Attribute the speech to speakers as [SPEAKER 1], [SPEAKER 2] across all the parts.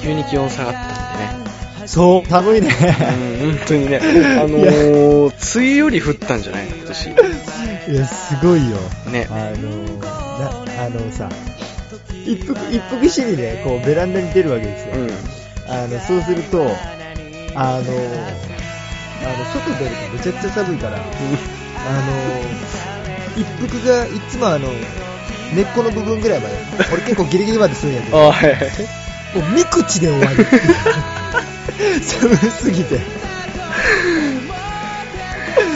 [SPEAKER 1] 急に気温下がったんでね。
[SPEAKER 2] そう、寒いね。
[SPEAKER 1] うん、本当 にね。あのー、梅雨より降ったんじゃないの今年。
[SPEAKER 2] いや、すごいよ。
[SPEAKER 1] ね
[SPEAKER 2] あの、な、あのさ、一服、一服しにね、こう、ベランダに出るわけですよ。
[SPEAKER 1] うん。
[SPEAKER 2] あの、そうすると、あの、あの、外出るとめちゃくちゃ寒いから、あの、一服が、いつもあの、根っこの部分ぐらいまで、俺結構ギリギリまでするんやけど、も
[SPEAKER 1] あ、はい。
[SPEAKER 2] う無口で 終わる。寒すぎて。よ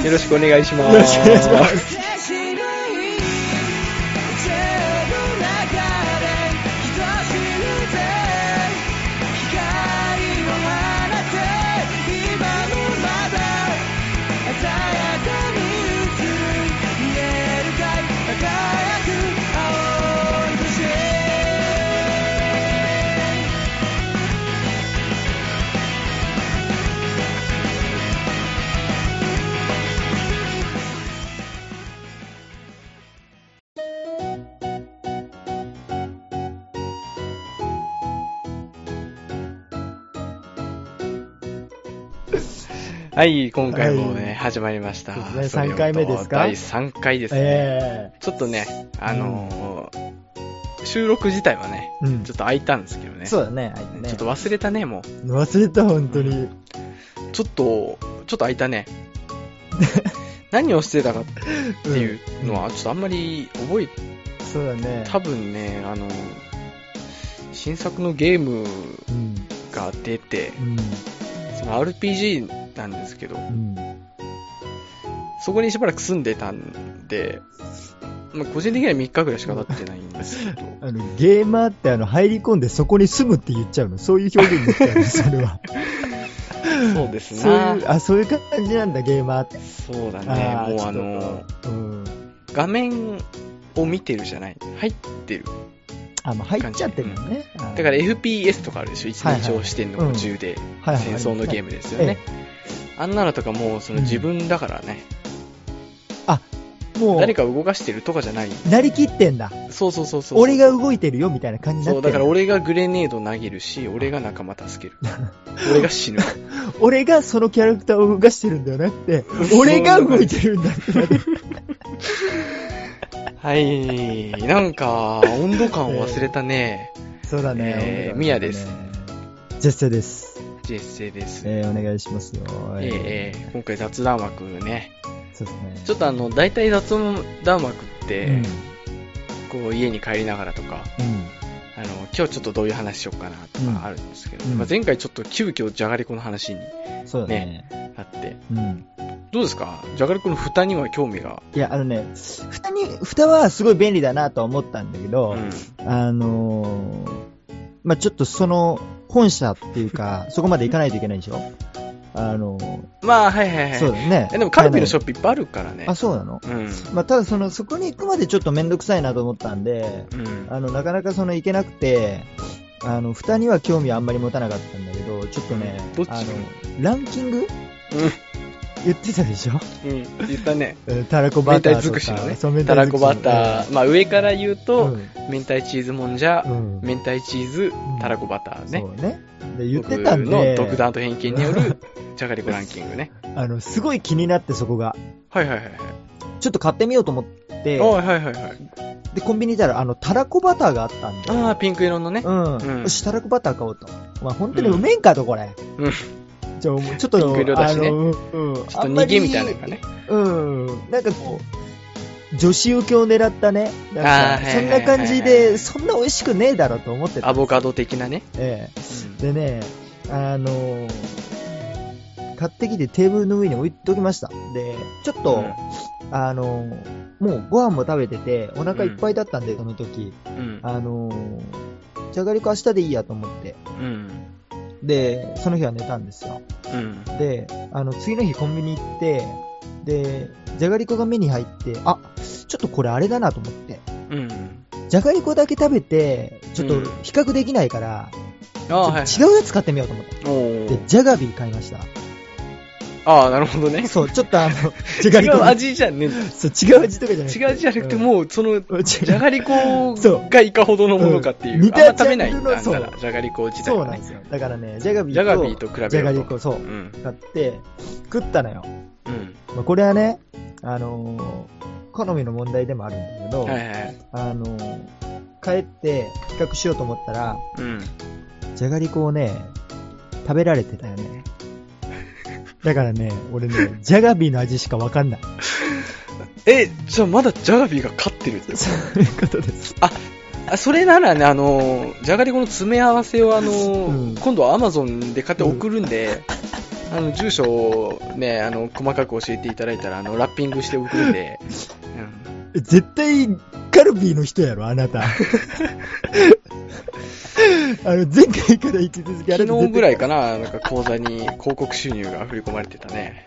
[SPEAKER 1] よろしくお願いします。
[SPEAKER 2] ろしくお願いします。
[SPEAKER 1] はい、今回もね、
[SPEAKER 2] はい
[SPEAKER 1] 始まりました。
[SPEAKER 2] そうですね3回目ですか
[SPEAKER 1] 第3回ですね。
[SPEAKER 2] え
[SPEAKER 1] ちょっとね、あのー収録自体はね、
[SPEAKER 2] えうん
[SPEAKER 1] ちょっと空いたんですけどね。
[SPEAKER 2] そうだね、あいね
[SPEAKER 1] ちょっと忘れたね、も
[SPEAKER 2] 忘れた、本当に。
[SPEAKER 1] う。ちょっと、ちょっと空いた ね。何をしてたかっていうのは、ちょっとあんまり覚え、
[SPEAKER 2] そうだね。
[SPEAKER 1] 多分ね、あのー新作のゲーム
[SPEAKER 2] うん。
[SPEAKER 1] が出て、
[SPEAKER 2] うん。
[SPEAKER 1] その RPG なんですけど、
[SPEAKER 2] うん。
[SPEAKER 1] そこにしばらく住んでたんで、まあ、個人的には3日ぐらいしか経ってないんですけど、
[SPEAKER 2] あの、ゲーマーってあの、入り込んでそこに住むって言っちゃうの。そういう表現になっちゃうの、そ れは。
[SPEAKER 1] そうです
[SPEAKER 2] そういう、
[SPEAKER 1] ね。
[SPEAKER 2] あ、そういう感じなんだ、ゲーマーって。
[SPEAKER 1] そうだ
[SPEAKER 2] あ
[SPEAKER 1] ね。
[SPEAKER 2] ー
[SPEAKER 1] もうあの、、
[SPEAKER 2] ちょっとうん。
[SPEAKER 1] 画面を見てるじゃない。入ってる。
[SPEAKER 2] あ、まあ、入っちゃってるのね。だ
[SPEAKER 1] だから FPS とかあるでしょ。一
[SPEAKER 2] はいはい
[SPEAKER 1] 人称視点の銃で、
[SPEAKER 2] はいはい
[SPEAKER 1] 戦争のゲームですよね。あんなのとかもうその
[SPEAKER 2] うん
[SPEAKER 1] 自分だからね、
[SPEAKER 2] もう、
[SPEAKER 1] 誰か動かしてるとかじゃない。
[SPEAKER 2] なりきってんだ。
[SPEAKER 1] そうそうそうそう。
[SPEAKER 2] 俺が動いてるよ、みたいな感じになっ
[SPEAKER 1] そ
[SPEAKER 2] て
[SPEAKER 1] う、
[SPEAKER 2] ん
[SPEAKER 1] だか
[SPEAKER 2] だ
[SPEAKER 1] ら俺がグレネード投げるし、俺が仲間助 ける。俺が死ぬ。
[SPEAKER 2] 俺がそのキャラクターを動かしてるんだよなって
[SPEAKER 1] そ、う
[SPEAKER 2] 俺が動いてるんだってなって。
[SPEAKER 1] はい。なんか、温度感を忘れたね。
[SPEAKER 2] そうだ
[SPEAKER 1] えー
[SPEAKER 2] ね。
[SPEAKER 1] ミヤです。
[SPEAKER 2] ジェステです。
[SPEAKER 1] ジェスセです。え
[SPEAKER 2] えー、お願いしますよ。
[SPEAKER 1] ーえー今回雑談枠ね。
[SPEAKER 2] そうですね。
[SPEAKER 1] ちょっとあの、大体雑談枠って、
[SPEAKER 2] うん。
[SPEAKER 1] こう家に帰りながらとか、
[SPEAKER 2] うん。
[SPEAKER 1] あの、今日ちょっとどういう話しようかなと
[SPEAKER 2] うん
[SPEAKER 1] かあるんですけど、
[SPEAKER 2] うん
[SPEAKER 1] まあ、前回ちょっと急遽じゃがりこの話に
[SPEAKER 2] そうだね。
[SPEAKER 1] なって、
[SPEAKER 2] うん。
[SPEAKER 1] どうですかじゃがりこの蓋には興味が。
[SPEAKER 2] いや、あのね、蓋に、蓋はすごい便利だなとは思ったんだけど、
[SPEAKER 1] うん。
[SPEAKER 2] あのー、まあちょっとその、本社っていう か、そこまで行かないといけないでしょあのー、
[SPEAKER 1] まあ、はいはいはい。
[SPEAKER 2] そうだね。
[SPEAKER 1] えでもカルビのショ
[SPEAKER 2] ッ
[SPEAKER 1] ップいっぱいあるからね。
[SPEAKER 2] あ、そうなの
[SPEAKER 1] うん。
[SPEAKER 2] まあただその、そこに行くまでちょっとめんどくさいなと思ったんで、
[SPEAKER 1] うん。
[SPEAKER 2] あの、なかなかその行けなくて、あの、蓋には興味あんまり持たなかったんだけど、ちょっとね、
[SPEAKER 1] どっち
[SPEAKER 2] あの、ランキング言ってたでしょ
[SPEAKER 1] うん。うん。言ったね。
[SPEAKER 2] うんたらこ
[SPEAKER 1] 明
[SPEAKER 2] バター
[SPEAKER 1] 太尽
[SPEAKER 2] とか。
[SPEAKER 1] くしのね。
[SPEAKER 2] そう明
[SPEAKER 1] た
[SPEAKER 2] 太
[SPEAKER 1] ら
[SPEAKER 2] 尽
[SPEAKER 1] こ
[SPEAKER 2] くし
[SPEAKER 1] バター。まあ、上から言うと、
[SPEAKER 2] うん
[SPEAKER 1] 明太チーズもんじゃ、
[SPEAKER 2] うん
[SPEAKER 1] 明太チーズ、たらこバターね
[SPEAKER 2] そ。うね。で、言ってたんで、
[SPEAKER 1] 僕の独断と偏見による、じゃがりこランキングね。
[SPEAKER 2] あの、すごい気になってそこが。
[SPEAKER 1] はいはいはいはい。
[SPEAKER 2] ちょっと買ってみようと思って、
[SPEAKER 1] おいはいはいはい。
[SPEAKER 2] で、コンビニ行ったら、あの、たらこバターがあったんで、
[SPEAKER 1] ああ、ピンク色のね。
[SPEAKER 2] うん。
[SPEAKER 1] うん
[SPEAKER 2] よし、たらこバター買おうと。お前、本当にうめえんかと、これ。
[SPEAKER 1] うん
[SPEAKER 2] じゃあ、もうちょ っと、
[SPEAKER 1] ピンク色だしね
[SPEAKER 2] あの、うん、うん。
[SPEAKER 1] ちょっと逃げみたいなのがね。
[SPEAKER 2] うん。なんかこう、女子受けを狙ったね。な
[SPEAKER 1] あー
[SPEAKER 2] んか、
[SPEAKER 1] はい
[SPEAKER 2] そんな感じ
[SPEAKER 1] はいはいは
[SPEAKER 2] で、
[SPEAKER 1] い
[SPEAKER 2] そんな美味しくねえだろうと思ってた。
[SPEAKER 1] アボカド的なね。
[SPEAKER 2] ええでね、あのー買ってきてテーブルの上に置いときました。で、ちょっと、あのーもうご飯も食べてて、お腹いっぱいだったんで、その時。
[SPEAKER 1] うん。
[SPEAKER 2] あのーじゃがりこ明日でいいやと思って。
[SPEAKER 1] うん。
[SPEAKER 2] で、その日は寝たんですよ。
[SPEAKER 1] うん。
[SPEAKER 2] で、あの、次の日コンビニ行って、で、じゃがりこが目に入って、あ、ちょっとこれあれだなと思って。
[SPEAKER 1] うん。
[SPEAKER 2] じゃがりこだけ食べて、ちょっと
[SPEAKER 1] うん
[SPEAKER 2] 比較できないから、
[SPEAKER 1] ああ、はい。
[SPEAKER 2] ちょっと違うやつ買ってみようと思って。
[SPEAKER 1] お
[SPEAKER 2] で、ジャガビー買いました。
[SPEAKER 1] ああ、なるほど ね。
[SPEAKER 2] そう、ちょっとあの、 じゃが
[SPEAKER 1] 違
[SPEAKER 2] りこ
[SPEAKER 1] う。味じゃんね。
[SPEAKER 2] そう、違う味とかじゃなくて。
[SPEAKER 1] 違う味じゃなくて、
[SPEAKER 2] うん
[SPEAKER 1] もう、その、
[SPEAKER 2] 違う
[SPEAKER 1] じゃがりこ
[SPEAKER 2] そう
[SPEAKER 1] がいかほどのものかっていう。
[SPEAKER 2] うん似た
[SPEAKER 1] あんま食べないん
[SPEAKER 2] ジャン
[SPEAKER 1] だ、
[SPEAKER 2] ルの
[SPEAKER 1] あん
[SPEAKER 2] そう
[SPEAKER 1] たら。じゃがりこ自体
[SPEAKER 2] そう
[SPEAKER 1] は
[SPEAKER 2] なん
[SPEAKER 1] ね。
[SPEAKER 2] ですよ。だからね、ジャガビー
[SPEAKER 1] じゃがビーと比べると。
[SPEAKER 2] じゃがりこ、そう
[SPEAKER 1] う。ん。
[SPEAKER 2] 買って、食ったのよ。
[SPEAKER 1] うん。
[SPEAKER 2] まあ、これはね、あのー好みの問題でもあるんだけど、
[SPEAKER 1] はいはい。
[SPEAKER 2] あのー帰って比較しようと思ったら、
[SPEAKER 1] うん。
[SPEAKER 2] じゃがりこをね、食べられてた よね。だからね、俺ね、じゃがビーの味しかわかんない。
[SPEAKER 1] え、じゃあまだジャガビーが勝ってるってこと
[SPEAKER 2] そういうことです。
[SPEAKER 1] あ、それならね、あのー、じゃがりこの詰め合わせをあのー、
[SPEAKER 2] うん
[SPEAKER 1] 今度はアマゾンで買って送るんで、あの、住所をね、あの、細かく教えていただいたら、あの、ラッピングして送るん で、うん
[SPEAKER 2] 絶対、カルビーの人やろ、あ なた。あの、前回から行き続け、あれ
[SPEAKER 1] 昨日ぐらいかな、なんか口座に広告収入が振り込まれてたね。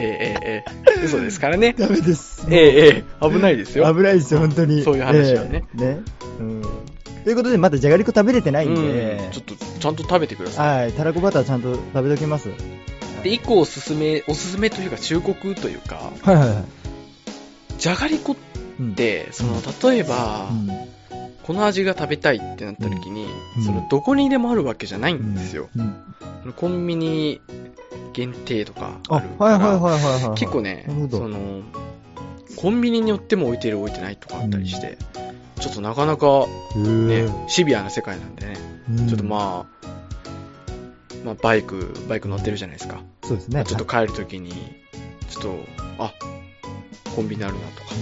[SPEAKER 1] ええええええ嘘ですからね。
[SPEAKER 2] ダメです。
[SPEAKER 1] ええええ危ないですよ。
[SPEAKER 2] 危ないですよ、本当に。
[SPEAKER 1] そういう話はね
[SPEAKER 2] ええ。ね。うん。ということで、まだじゃがりこ食べれてないん
[SPEAKER 1] う
[SPEAKER 2] で
[SPEAKER 1] ん、ちょ、っと、ちゃんと食べてください。
[SPEAKER 2] はい、たらこバターちゃんと食べときます。
[SPEAKER 1] で、一個おすすめ、おすすめというか、忠告というか、
[SPEAKER 2] はいはいはい。
[SPEAKER 1] じゃがりこ
[SPEAKER 2] うん、
[SPEAKER 1] って、その、例えば、
[SPEAKER 2] うん、
[SPEAKER 1] この味が食べたいってなった時に、
[SPEAKER 2] うん
[SPEAKER 1] そのどこにでもあるわけじゃない
[SPEAKER 2] うん
[SPEAKER 1] ですよ。
[SPEAKER 2] ん。
[SPEAKER 1] コンビニ限定とかあ
[SPEAKER 2] あ、はい
[SPEAKER 1] るか
[SPEAKER 2] は
[SPEAKER 1] ら、
[SPEAKER 2] いはいはいはい。
[SPEAKER 1] 結構ね
[SPEAKER 2] なるほ、ど
[SPEAKER 1] その、コンビニによっても置いてる置いてないとかあったりして、ちょっとなかなかね、
[SPEAKER 2] ね
[SPEAKER 1] シビアな世界なんでね、ちょっとまあ、まあ、バイク、バイク乗ってるじゃないですか。
[SPEAKER 2] あ、そうですね。
[SPEAKER 1] ちょっと帰るときに、ちょっと、あ、コンビニあるなとか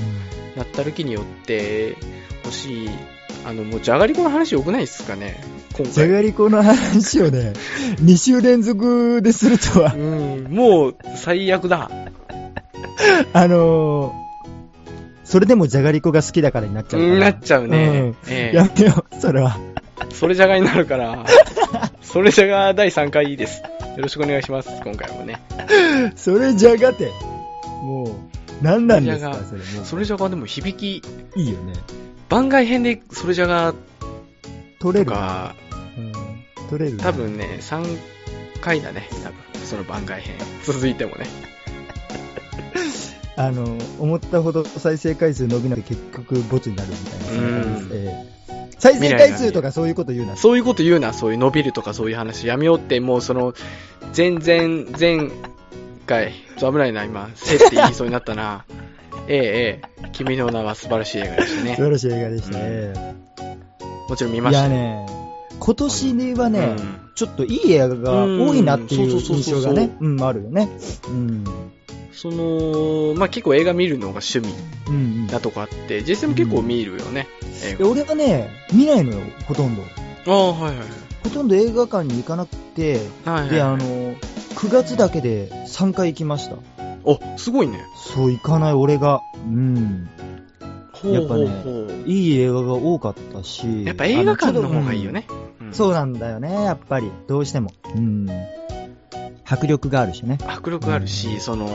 [SPEAKER 2] う、ん、
[SPEAKER 1] なった時によって、もし、あの、もうじゃがりこの話よくないっすかね今
[SPEAKER 2] じゃ
[SPEAKER 1] 回。
[SPEAKER 2] がりこの話をね、2週連続でするとは
[SPEAKER 1] う、ん、もう最悪だ。
[SPEAKER 2] あのー、それでもじゃがりこが好きだからになっちゃうから。
[SPEAKER 1] なっちゃうね。
[SPEAKER 2] うん
[SPEAKER 1] え
[SPEAKER 2] やめよう、それは。
[SPEAKER 1] えそれじゃがになる から、それじゃが第3回です。よろしくお願いします、今回もね。
[SPEAKER 2] それじゃがて。もう、何なんですか、それもう。
[SPEAKER 1] それじゃがでも響き、
[SPEAKER 2] いいよね。
[SPEAKER 1] 番外編でそれじゃが
[SPEAKER 2] 取れ
[SPEAKER 1] と
[SPEAKER 2] る。
[SPEAKER 1] か、
[SPEAKER 2] うん、取れる。
[SPEAKER 1] 多。分ね、3回だね、多分。その番外編。続いてもね。
[SPEAKER 2] あの、思ったほど再生回数伸びなくて結局ボツになるみたいなそんな感じです。ええ再生回数とかそういうこと言うな。
[SPEAKER 1] そういうこと言うな、そういう伸びるとかそういう話やめようって、もうその、全然、前回、ちょっと危ないな、今、せって言いそうになったな。 ええええ、君の名は素晴らしい映画でした
[SPEAKER 2] 素
[SPEAKER 1] ね。
[SPEAKER 2] 晴らしい映画でしたね。
[SPEAKER 1] もちろん見ま
[SPEAKER 2] い
[SPEAKER 1] し
[SPEAKER 2] や
[SPEAKER 1] た。
[SPEAKER 2] ね、今年はね、
[SPEAKER 1] うん
[SPEAKER 2] ちょっといい映画が多いなっていう
[SPEAKER 1] うんそうそう
[SPEAKER 2] 印
[SPEAKER 1] そう
[SPEAKER 2] 象
[SPEAKER 1] そう
[SPEAKER 2] がね、うん、あるよね。うん。
[SPEAKER 1] その、まあ、結構映画見るのが趣味
[SPEAKER 2] うん、うん。
[SPEAKER 1] だとかあって、実際も結構見るよね、映
[SPEAKER 2] で
[SPEAKER 1] 画。
[SPEAKER 2] 俺はね、見ないのよ、ほとんど。
[SPEAKER 1] ああ、はいはい。
[SPEAKER 2] ほとんど映画館に行かなくて、
[SPEAKER 1] はいはい、
[SPEAKER 2] で、あの、9月だけで3回行きました。
[SPEAKER 1] あ、すごいね。
[SPEAKER 2] そう、行かない俺が。うん。
[SPEAKER 1] ほうほうほう。
[SPEAKER 2] いい映画が多かったし。
[SPEAKER 1] やっぱ映画館の方がいいよね。
[SPEAKER 2] あの。ちょっとうん
[SPEAKER 1] う
[SPEAKER 2] そ
[SPEAKER 1] ん。
[SPEAKER 2] うなんだよね、やっぱり。どうしても。うん。迫力があるしね。
[SPEAKER 1] 迫力あるし、その、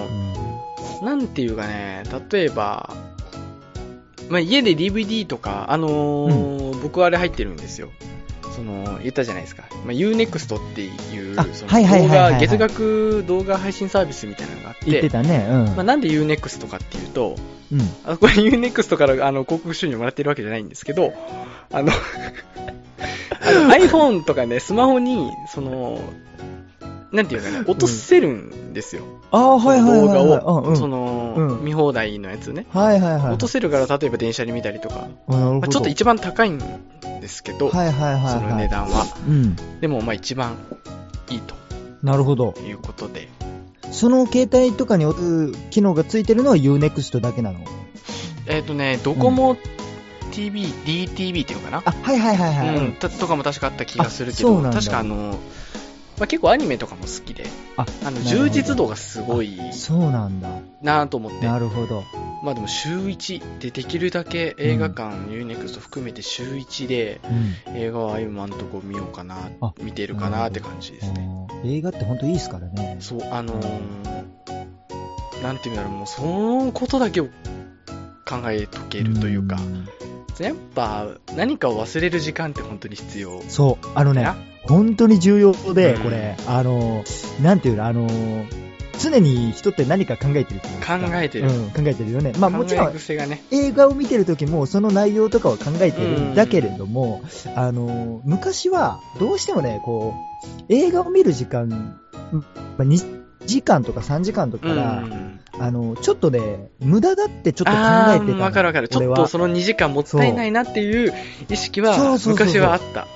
[SPEAKER 1] なんていうかね、例えば、まあ、家で DVD とか、あのー僕あれ入ってるんですよ。その、言ったじゃないですか。まあ、Unext っていう、
[SPEAKER 2] あ
[SPEAKER 1] その
[SPEAKER 2] はいはい
[SPEAKER 1] 動
[SPEAKER 2] はいはい
[SPEAKER 1] 画、
[SPEAKER 2] はい
[SPEAKER 1] 月額動画配信サービスみたいなのがあっ
[SPEAKER 2] 言って
[SPEAKER 1] て、
[SPEAKER 2] たね。うん。
[SPEAKER 1] まあ、なんで Unext かっていうと、
[SPEAKER 2] うん。
[SPEAKER 1] あこれ Unext からあの広告収入もらってるわけじゃないんですけど、あの、あの iPhone とかね、スマホに、その、なんていうかね、落とせるんですよ。
[SPEAKER 2] ああ、
[SPEAKER 1] そ
[SPEAKER 2] はいはい
[SPEAKER 1] の動
[SPEAKER 2] はいはい。
[SPEAKER 1] 画を、
[SPEAKER 2] うん
[SPEAKER 1] そ
[SPEAKER 2] うん
[SPEAKER 1] の、
[SPEAKER 2] うん
[SPEAKER 1] 見放題のやつね。
[SPEAKER 2] はいはいはい。
[SPEAKER 1] 落とせるから、例えば電車で見たりとか、
[SPEAKER 2] あなるほ
[SPEAKER 1] まあ、
[SPEAKER 2] ど。
[SPEAKER 1] ちょっと一番高いんですけど、
[SPEAKER 2] はいはいはい、はい。
[SPEAKER 1] その値段は。
[SPEAKER 2] うん。
[SPEAKER 1] でも、まあ一番いいと
[SPEAKER 2] なるほど。
[SPEAKER 1] いうことで、
[SPEAKER 2] その携帯とかに置く機能がついてるのは Unext だけなの
[SPEAKER 1] えっ、とね、ドコモ TV、DTV っていうのかな、
[SPEAKER 2] あ、はいはいはいはい。
[SPEAKER 1] うん、たとかも確かあった気がするけ
[SPEAKER 2] あそう
[SPEAKER 1] ど、
[SPEAKER 2] なんだ
[SPEAKER 1] 確かあの、まあ、結構アニメとかも好きで、
[SPEAKER 2] あ、
[SPEAKER 1] あの
[SPEAKER 2] なるほど
[SPEAKER 1] 充実度がすごい
[SPEAKER 2] そうなんだ。
[SPEAKER 1] なと思って、
[SPEAKER 2] なるほど。
[SPEAKER 1] まあでも週1でできるだけ映画館、ユーネクスト含めて週1で
[SPEAKER 2] うん。
[SPEAKER 1] 映画は今のとこ見ようかな
[SPEAKER 2] あ、
[SPEAKER 1] 見てるかなって感じですね。
[SPEAKER 2] あー映画って本当いいですからね。
[SPEAKER 1] そう、あのー、なんていうんだろう、もうそのことだけを考えとけるというか、
[SPEAKER 2] ん
[SPEAKER 1] やっぱ何かを忘れる時間って本当に必要。
[SPEAKER 2] そう、あのね
[SPEAKER 1] な、
[SPEAKER 2] 本当に重要で、
[SPEAKER 1] うん
[SPEAKER 2] これ、あの、なんていうの、あの、常に人って何か考えてるじゃないですか
[SPEAKER 1] 考えてる
[SPEAKER 2] うん、考えてるよね。まあもちろ
[SPEAKER 1] 考え
[SPEAKER 2] ん、
[SPEAKER 1] 癖がね。
[SPEAKER 2] 映画を見てる時もその内容とかは考えてる
[SPEAKER 1] うん
[SPEAKER 2] んだけれども、あの、昔はどうしてもね、こう、映画を見る時間、まあ2時間とか3時間とかから、
[SPEAKER 1] うん
[SPEAKER 2] あの、ちょっとね、無駄だってちょっと考
[SPEAKER 1] あ
[SPEAKER 2] え
[SPEAKER 1] ー
[SPEAKER 2] てたの
[SPEAKER 1] わかるわかる。ち
[SPEAKER 2] 俺
[SPEAKER 1] ょっ
[SPEAKER 2] は
[SPEAKER 1] とその2時間もったいないなっていう意識は
[SPEAKER 2] そうそうそうそう
[SPEAKER 1] 昔はあった。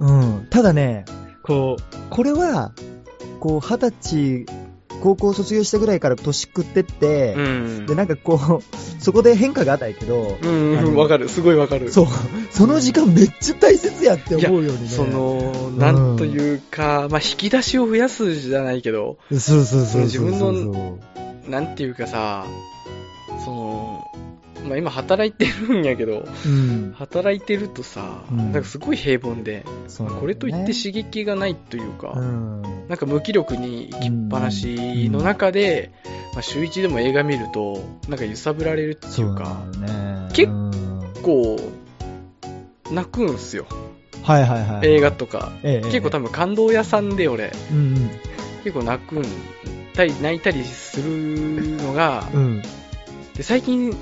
[SPEAKER 2] うん。ただね、こう、これは、こう、二十歳、高校卒業したぐらいから年食ってって、
[SPEAKER 1] うん
[SPEAKER 2] で、。なんかこう、そこで変化があったんやけど、
[SPEAKER 1] うん
[SPEAKER 2] あ
[SPEAKER 1] うん、
[SPEAKER 2] の
[SPEAKER 1] わかる。すごいわかる。
[SPEAKER 2] そう、その時間めっちゃ大切やって思うようにね。
[SPEAKER 1] その、なんというか、まあ、引き出しを増やすじゃないけど、
[SPEAKER 2] そうそうそうそうそう。
[SPEAKER 1] 自分のなんていうかさ、その、まあ、今働いてるんやけど、
[SPEAKER 2] うん。
[SPEAKER 1] 働いてるとさ、
[SPEAKER 2] うん
[SPEAKER 1] なんかすごい平凡で、
[SPEAKER 2] そうなんだよね、
[SPEAKER 1] これといって刺激がないというか、
[SPEAKER 2] うん。
[SPEAKER 1] なんか無気力に行きっぱなしの中で、まあ、週一でも映画見ると、なんか揺さぶられるってい
[SPEAKER 2] そう
[SPEAKER 1] う
[SPEAKER 2] な
[SPEAKER 1] か、
[SPEAKER 2] んだよね。
[SPEAKER 1] 結
[SPEAKER 2] うん
[SPEAKER 1] 結構、泣くんすよ。
[SPEAKER 2] はいはいはい。
[SPEAKER 1] 映画とか。
[SPEAKER 2] ええ、ええ
[SPEAKER 1] 結構多分感動屋さんで俺、
[SPEAKER 2] うん
[SPEAKER 1] 結構泣くん、たり泣いたりするのが、
[SPEAKER 2] うん。うん。
[SPEAKER 1] で最近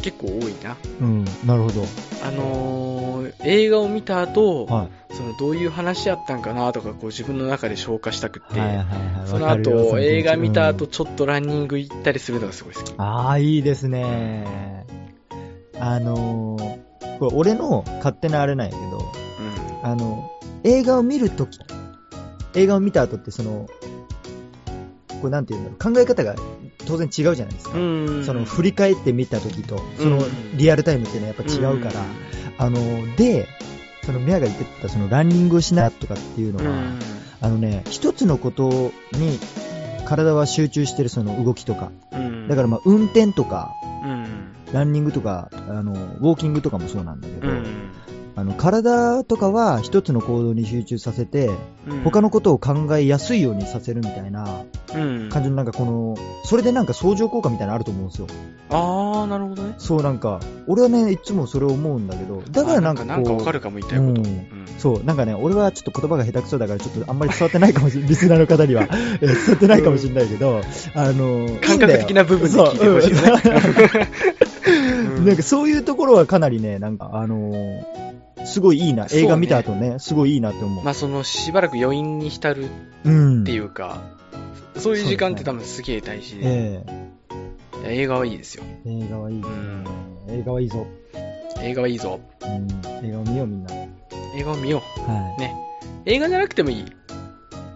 [SPEAKER 1] 結構多いな。
[SPEAKER 2] うん。なるほど。
[SPEAKER 1] あのー映画を見た後、
[SPEAKER 2] は
[SPEAKER 1] そのどういう話やったんかなとか、こう自分の中で消化したくっ
[SPEAKER 2] い。
[SPEAKER 1] て、
[SPEAKER 2] はいはいはい。
[SPEAKER 1] その
[SPEAKER 2] わかるよ
[SPEAKER 1] 後、映画見た
[SPEAKER 2] うん
[SPEAKER 1] 後、ちょっとランニング行ったりするのがすごい好き。
[SPEAKER 2] ああ、いいですね。あのー、これ俺の勝手なあれなんやけど、
[SPEAKER 1] うん
[SPEAKER 2] あの、映画を見るとき、映画を見た後ってその、これなんていうんだろう、考え方が当然違うじゃないですか。
[SPEAKER 1] うん
[SPEAKER 2] その振り返って見たときと、その
[SPEAKER 1] うん
[SPEAKER 2] リアルタイムっていうのはやっぱ違うから、あのー、で、そのミアが言ってたそのランニングをしなとかっていうの
[SPEAKER 1] うん
[SPEAKER 2] は、あのね、一つのことに体は集中してるその動きとか、
[SPEAKER 1] うん
[SPEAKER 2] だからまあ運転とか、
[SPEAKER 1] うん
[SPEAKER 2] ランニングとか、あの、ウォーキングとかもそうなんだけ
[SPEAKER 1] う
[SPEAKER 2] ど、
[SPEAKER 1] ん
[SPEAKER 2] あの、体とかは一つの行動に集中させて、
[SPEAKER 1] うん
[SPEAKER 2] 他のことを考えやすいようにさせるみたいな
[SPEAKER 1] うん
[SPEAKER 2] 感じのなんかこの、それでなんか相乗効果みたいなのあると思うんですよ。
[SPEAKER 1] ああ、なるほどね。
[SPEAKER 2] そうなんか、俺はね、いつもそれを思うんだけど、だからなんか
[SPEAKER 1] あ
[SPEAKER 2] こう、
[SPEAKER 1] なんかわかるかも言いたいこと。
[SPEAKER 2] うん
[SPEAKER 1] うん
[SPEAKER 2] そう、なんかね、俺はちょっと言葉が下手くそだから、ちょっとあんまり伝わってないかもしれない、リ スナーの方には、えー伝わってないかもしれないけど、あの、
[SPEAKER 1] 感覚的な部分で聞いてほしいよね
[SPEAKER 2] そううん
[SPEAKER 1] うん
[SPEAKER 2] なんかそういうところはかなりね、なんかあのーすごいいいな。
[SPEAKER 1] そうね
[SPEAKER 2] 映画見た後ね、すごいいいなって思う。
[SPEAKER 1] まあ、その、しばらく余韻に浸るっ
[SPEAKER 2] うん。。
[SPEAKER 1] ていううか、そういう時間って多分すげえ大事で、
[SPEAKER 2] え
[SPEAKER 1] いや映画はいいですよ。
[SPEAKER 2] え映画はいい、ね
[SPEAKER 1] うん
[SPEAKER 2] 映画はいいぞ。
[SPEAKER 1] 映画はいいぞ。
[SPEAKER 2] うん。映画を見ようみんな。
[SPEAKER 1] 映画を見よ
[SPEAKER 2] は
[SPEAKER 1] う。ね。映画じゃなくてもいい。
[SPEAKER 2] い。